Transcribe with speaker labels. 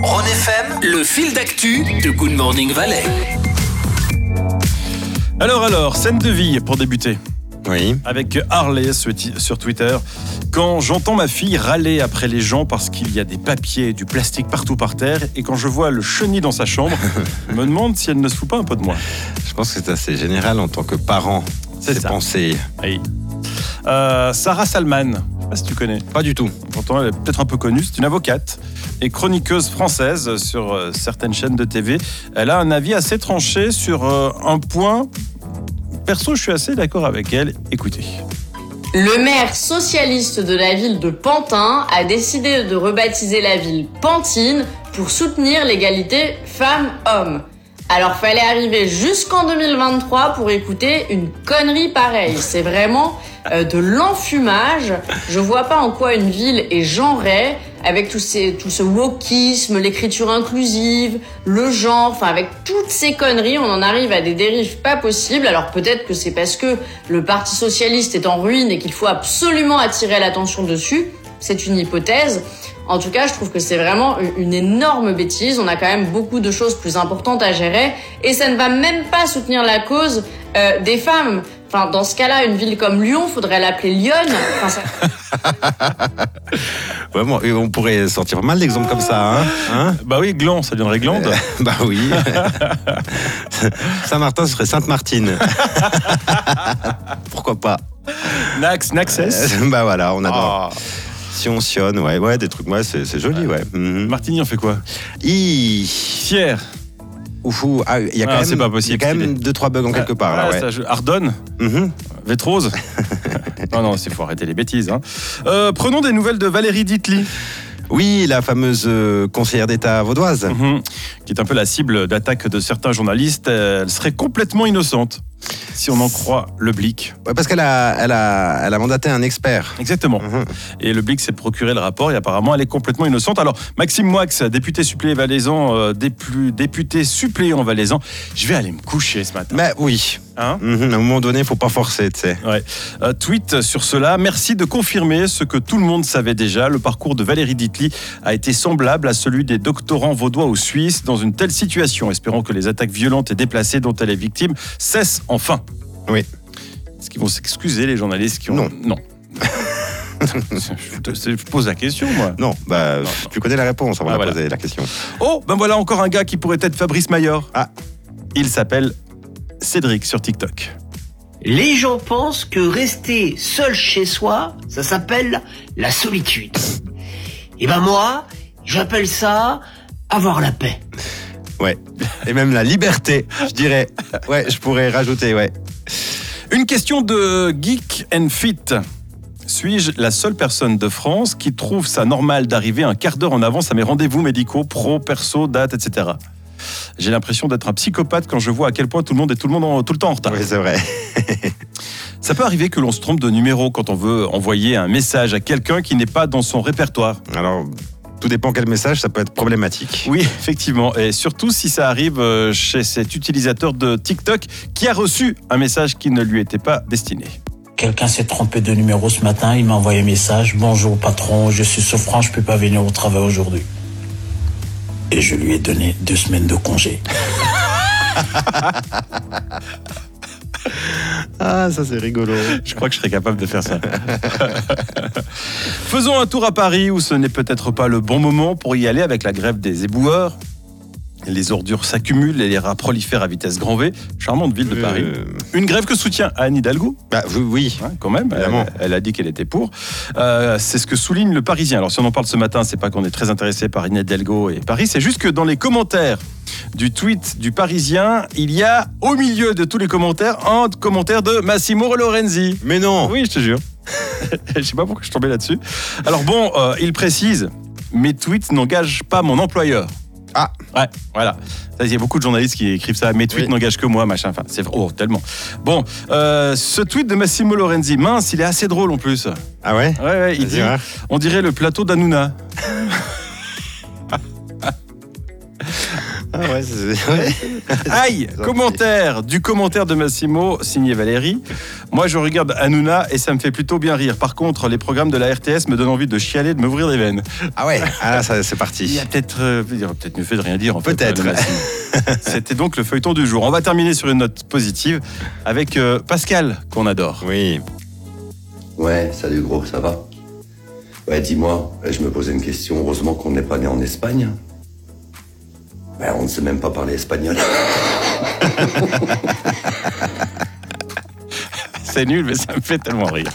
Speaker 1: Ron FM, le fil d'actu de Good Morning Valley.
Speaker 2: Alors alors, scène de vie pour débuter
Speaker 3: Oui.
Speaker 2: avec Harley sur ti- sur Twitter. Quand j'entends ma fille râler après les gens parce qu'il y a des papiers et du plastique partout par terre, et quand je vois le chenil dans sa chambre, je me demande si elle ne se fout pas un peu de moi.
Speaker 3: Je pense que c'est assez général en tant que parent.
Speaker 2: C'est
Speaker 3: ces
Speaker 2: ça.
Speaker 3: pensées.
Speaker 2: Oui. Euh, Sarah Salman, je sais pas si tu connais.
Speaker 3: Pas du tout.
Speaker 2: Pourtant, elle est peut-être un peu connue. C'est une avocate et chroniqueuse française sur euh, certaines chaînes de TV. Elle a un avis assez tranché sur euh, un point. Perso, je suis assez d'accord avec elle. Écoutez.
Speaker 4: Le maire socialiste de la ville de Pantin a décidé de rebaptiser la ville Pantine pour soutenir l'égalité femmes-hommes. Alors fallait arriver jusqu'en 2023 pour écouter une connerie pareille. C'est vraiment euh, de l'enfumage. Je vois pas en quoi une ville est genrée avec tout, ces, tout ce wokisme, l'écriture inclusive, le genre, enfin avec toutes ces conneries, on en arrive à des dérives pas possibles. Alors peut-être que c'est parce que le Parti socialiste est en ruine et qu'il faut absolument attirer l'attention dessus. C'est une hypothèse. En tout cas, je trouve que c'est vraiment une énorme bêtise. On a quand même beaucoup de choses plus importantes à gérer et ça ne va même pas soutenir la cause euh, des femmes. Enfin, dans ce cas-là, une ville comme Lyon, faudrait l'appeler Lyon. Enfin, ça-
Speaker 3: Vraiment, et on pourrait sortir pas mal d'exemples comme ça. Hein Hein
Speaker 2: Bah oui, gland, ça deviendrait glande.
Speaker 3: bah oui. Saint-Martin, ce serait Sainte-Martine. Pourquoi pas
Speaker 2: Nax, Naxès.
Speaker 3: Euh, Bah voilà, on adore.
Speaker 2: Ah.
Speaker 3: Si on sionne, ouais, ouais, des trucs, ouais, c'est c'est joli, ouais. Mhm.
Speaker 2: Martini, on fait quoi
Speaker 3: Hi.
Speaker 2: Fier.
Speaker 3: Oufou. Ah, il y a
Speaker 2: Ah,
Speaker 3: quand
Speaker 2: c'est
Speaker 3: même,
Speaker 2: pas possible,
Speaker 3: il y a quand
Speaker 2: stylé.
Speaker 3: même deux, trois bugs en quelque part, là,
Speaker 2: Ah,
Speaker 3: ouais.
Speaker 2: ça, je- Ardonne
Speaker 3: Mhm.
Speaker 2: Vétrose Non, non, il faut arrêter les bêtises. hein. Euh, prenons des nouvelles de Valérie Ditli,
Speaker 3: Oui, la fameuse euh, conseillère d'État vaudoise.
Speaker 2: mhm, qui est un peu la cible d'attaque de certains journalistes. Euh, Elle serait complètement innocente, si on en croit le Blick.
Speaker 3: Ouais, parce qu'elle a, elle a, elle a mandaté un expert.
Speaker 2: Exactement.
Speaker 3: Mhm.
Speaker 2: Et le Blick s'est procuré le rapport et apparemment elle est complètement innocente. Alors, Maxime Moix, député suppléant valaisan, euh, déplu- député suppléant valaisan, je vais aller me coucher ce matin.
Speaker 3: Mais oui,
Speaker 2: Hein
Speaker 3: Mhm, à un moment donné, faut pas forcer, tu sais.
Speaker 2: Ouais. Euh, tweet sur cela. Merci de confirmer ce que tout le monde savait déjà. Le parcours de Valérie Ditli a été semblable à celui des doctorants vaudois ou suisses dans une telle situation. Espérons que les attaques violentes et déplacées dont elle est victime cessent enfin.
Speaker 3: Oui.
Speaker 2: Est-ce qu'ils vont s'excuser, les journalistes qui ont.
Speaker 3: Non.
Speaker 2: Non. je, te- je pose la question, moi.
Speaker 3: Non, bah,
Speaker 2: Non,
Speaker 3: tu connais la réponse, on va
Speaker 2: Ah,
Speaker 3: la
Speaker 2: voilà.
Speaker 3: poser la question.
Speaker 2: Oh, ben voilà encore un gars qui pourrait être Fabrice Maillor.
Speaker 3: Ah.
Speaker 2: Il s'appelle Cédric sur TikTok.
Speaker 5: Les gens pensent que rester seul chez soi, ça s'appelle la solitude. Et ben moi, j'appelle ça avoir la paix.
Speaker 3: Ouais. Et même la liberté, je dirais. Ouais, je pourrais rajouter, ouais.
Speaker 2: Une question de Geek and Fit. Suis-je la seule personne de France qui trouve ça normal d'arriver un quart d'heure en avance à mes rendez-vous médicaux, pro, perso, date, etc. J'ai l'impression d'être un psychopathe quand je vois à quel point tout le monde est tout le, monde en- tout le temps en retard.
Speaker 3: Oui, c'est vrai.
Speaker 2: Ça peut arriver que l'on se trompe de numéro quand on veut envoyer un message à quelqu'un qui n'est pas dans son répertoire.
Speaker 3: Alors, tout dépend quel message, ça peut être problématique.
Speaker 2: Oui, effectivement. Et surtout si ça arrive euh, chez cet utilisateur de TikTok qui a reçu un message qui ne lui était pas destiné.
Speaker 6: Quelqu'un s'est trompé de numéro ce matin, il m'a envoyé un message. Bonjour patron, je suis souffrant, je peux pas venir au travail aujourd'hui. Et je lui ai donné deux semaines de congé.
Speaker 3: Ah, ça, c'est rigolo.
Speaker 2: Je crois que je serais capable de faire ça. Faisons un tour à Paris où ce n'est peut-être pas le bon moment pour y aller avec la grève des éboueurs. Les ordures s'accumulent et les rats prolifèrent à vitesse grand V. Charmante ville de Paris.
Speaker 3: Euh,
Speaker 2: Une grève que soutient Anne Hidalgo,
Speaker 3: bah, oui, oui.
Speaker 2: hein, quand même. Elle,
Speaker 3: Évidemment.
Speaker 2: elle a dit qu'elle était pour. Euh, c'est ce que souligne le Parisien. Alors si on en parle ce matin, c'est pas qu'on est très intéressé par Anne Hidalgo et Paris, c'est juste que dans les commentaires du tweet du Parisien, il y a au milieu de tous les commentaires un commentaire de Massimo Lorenzi.
Speaker 3: Mais non.
Speaker 2: Oui, je te jure. je sais pas pourquoi je suis tombé là-dessus. Alors bon, euh, il précise, mes tweets n'engagent pas mon employeur.
Speaker 3: Ah.
Speaker 2: Ouais, voilà. Ça, Il y a beaucoup de journalistes qui écrivent ça. Mes tweets
Speaker 3: Oui.
Speaker 2: n'engagent que moi, machin. Enfin, c'est vrai. Oh, tellement. Bon, euh, ce tweet de Massimo Lorenzi, mince, il est assez drôle en plus. Ouais,
Speaker 3: Ah ouais
Speaker 2: ouais, il
Speaker 3: Vas-y,
Speaker 2: dit,
Speaker 3: voir.
Speaker 2: on dirait le plateau d'Anouna.
Speaker 3: Ah ouais, c'est- ouais.
Speaker 2: Aïe Commentaire du commentaire de Massimo, signé Valérie. Moi, je regarde Hanouna et ça me fait plutôt bien rire. Par contre, les programmes de la RTS me donnent envie de chialer, de m'ouvrir les veines.
Speaker 3: Ah ouais, ah là, ça, c'est
Speaker 2: Il
Speaker 3: parti.
Speaker 2: y a peut-être euh, il aurait peut-être mieux fait de rien dire, en fait.
Speaker 3: Peut-être.
Speaker 2: euh, le Massimo. C'était donc le feuilleton du jour. On va terminer sur une note positive avec euh, Pascal, qu'on adore.
Speaker 3: Oui.
Speaker 7: Ouais, salut gros, ça va Ouais, dis-moi, je me posais une question, heureusement qu'on n'est pas né en Espagne. Ben, on ne sait même pas parler espagnol.
Speaker 2: C'est nul, mais ça me fait tellement rire.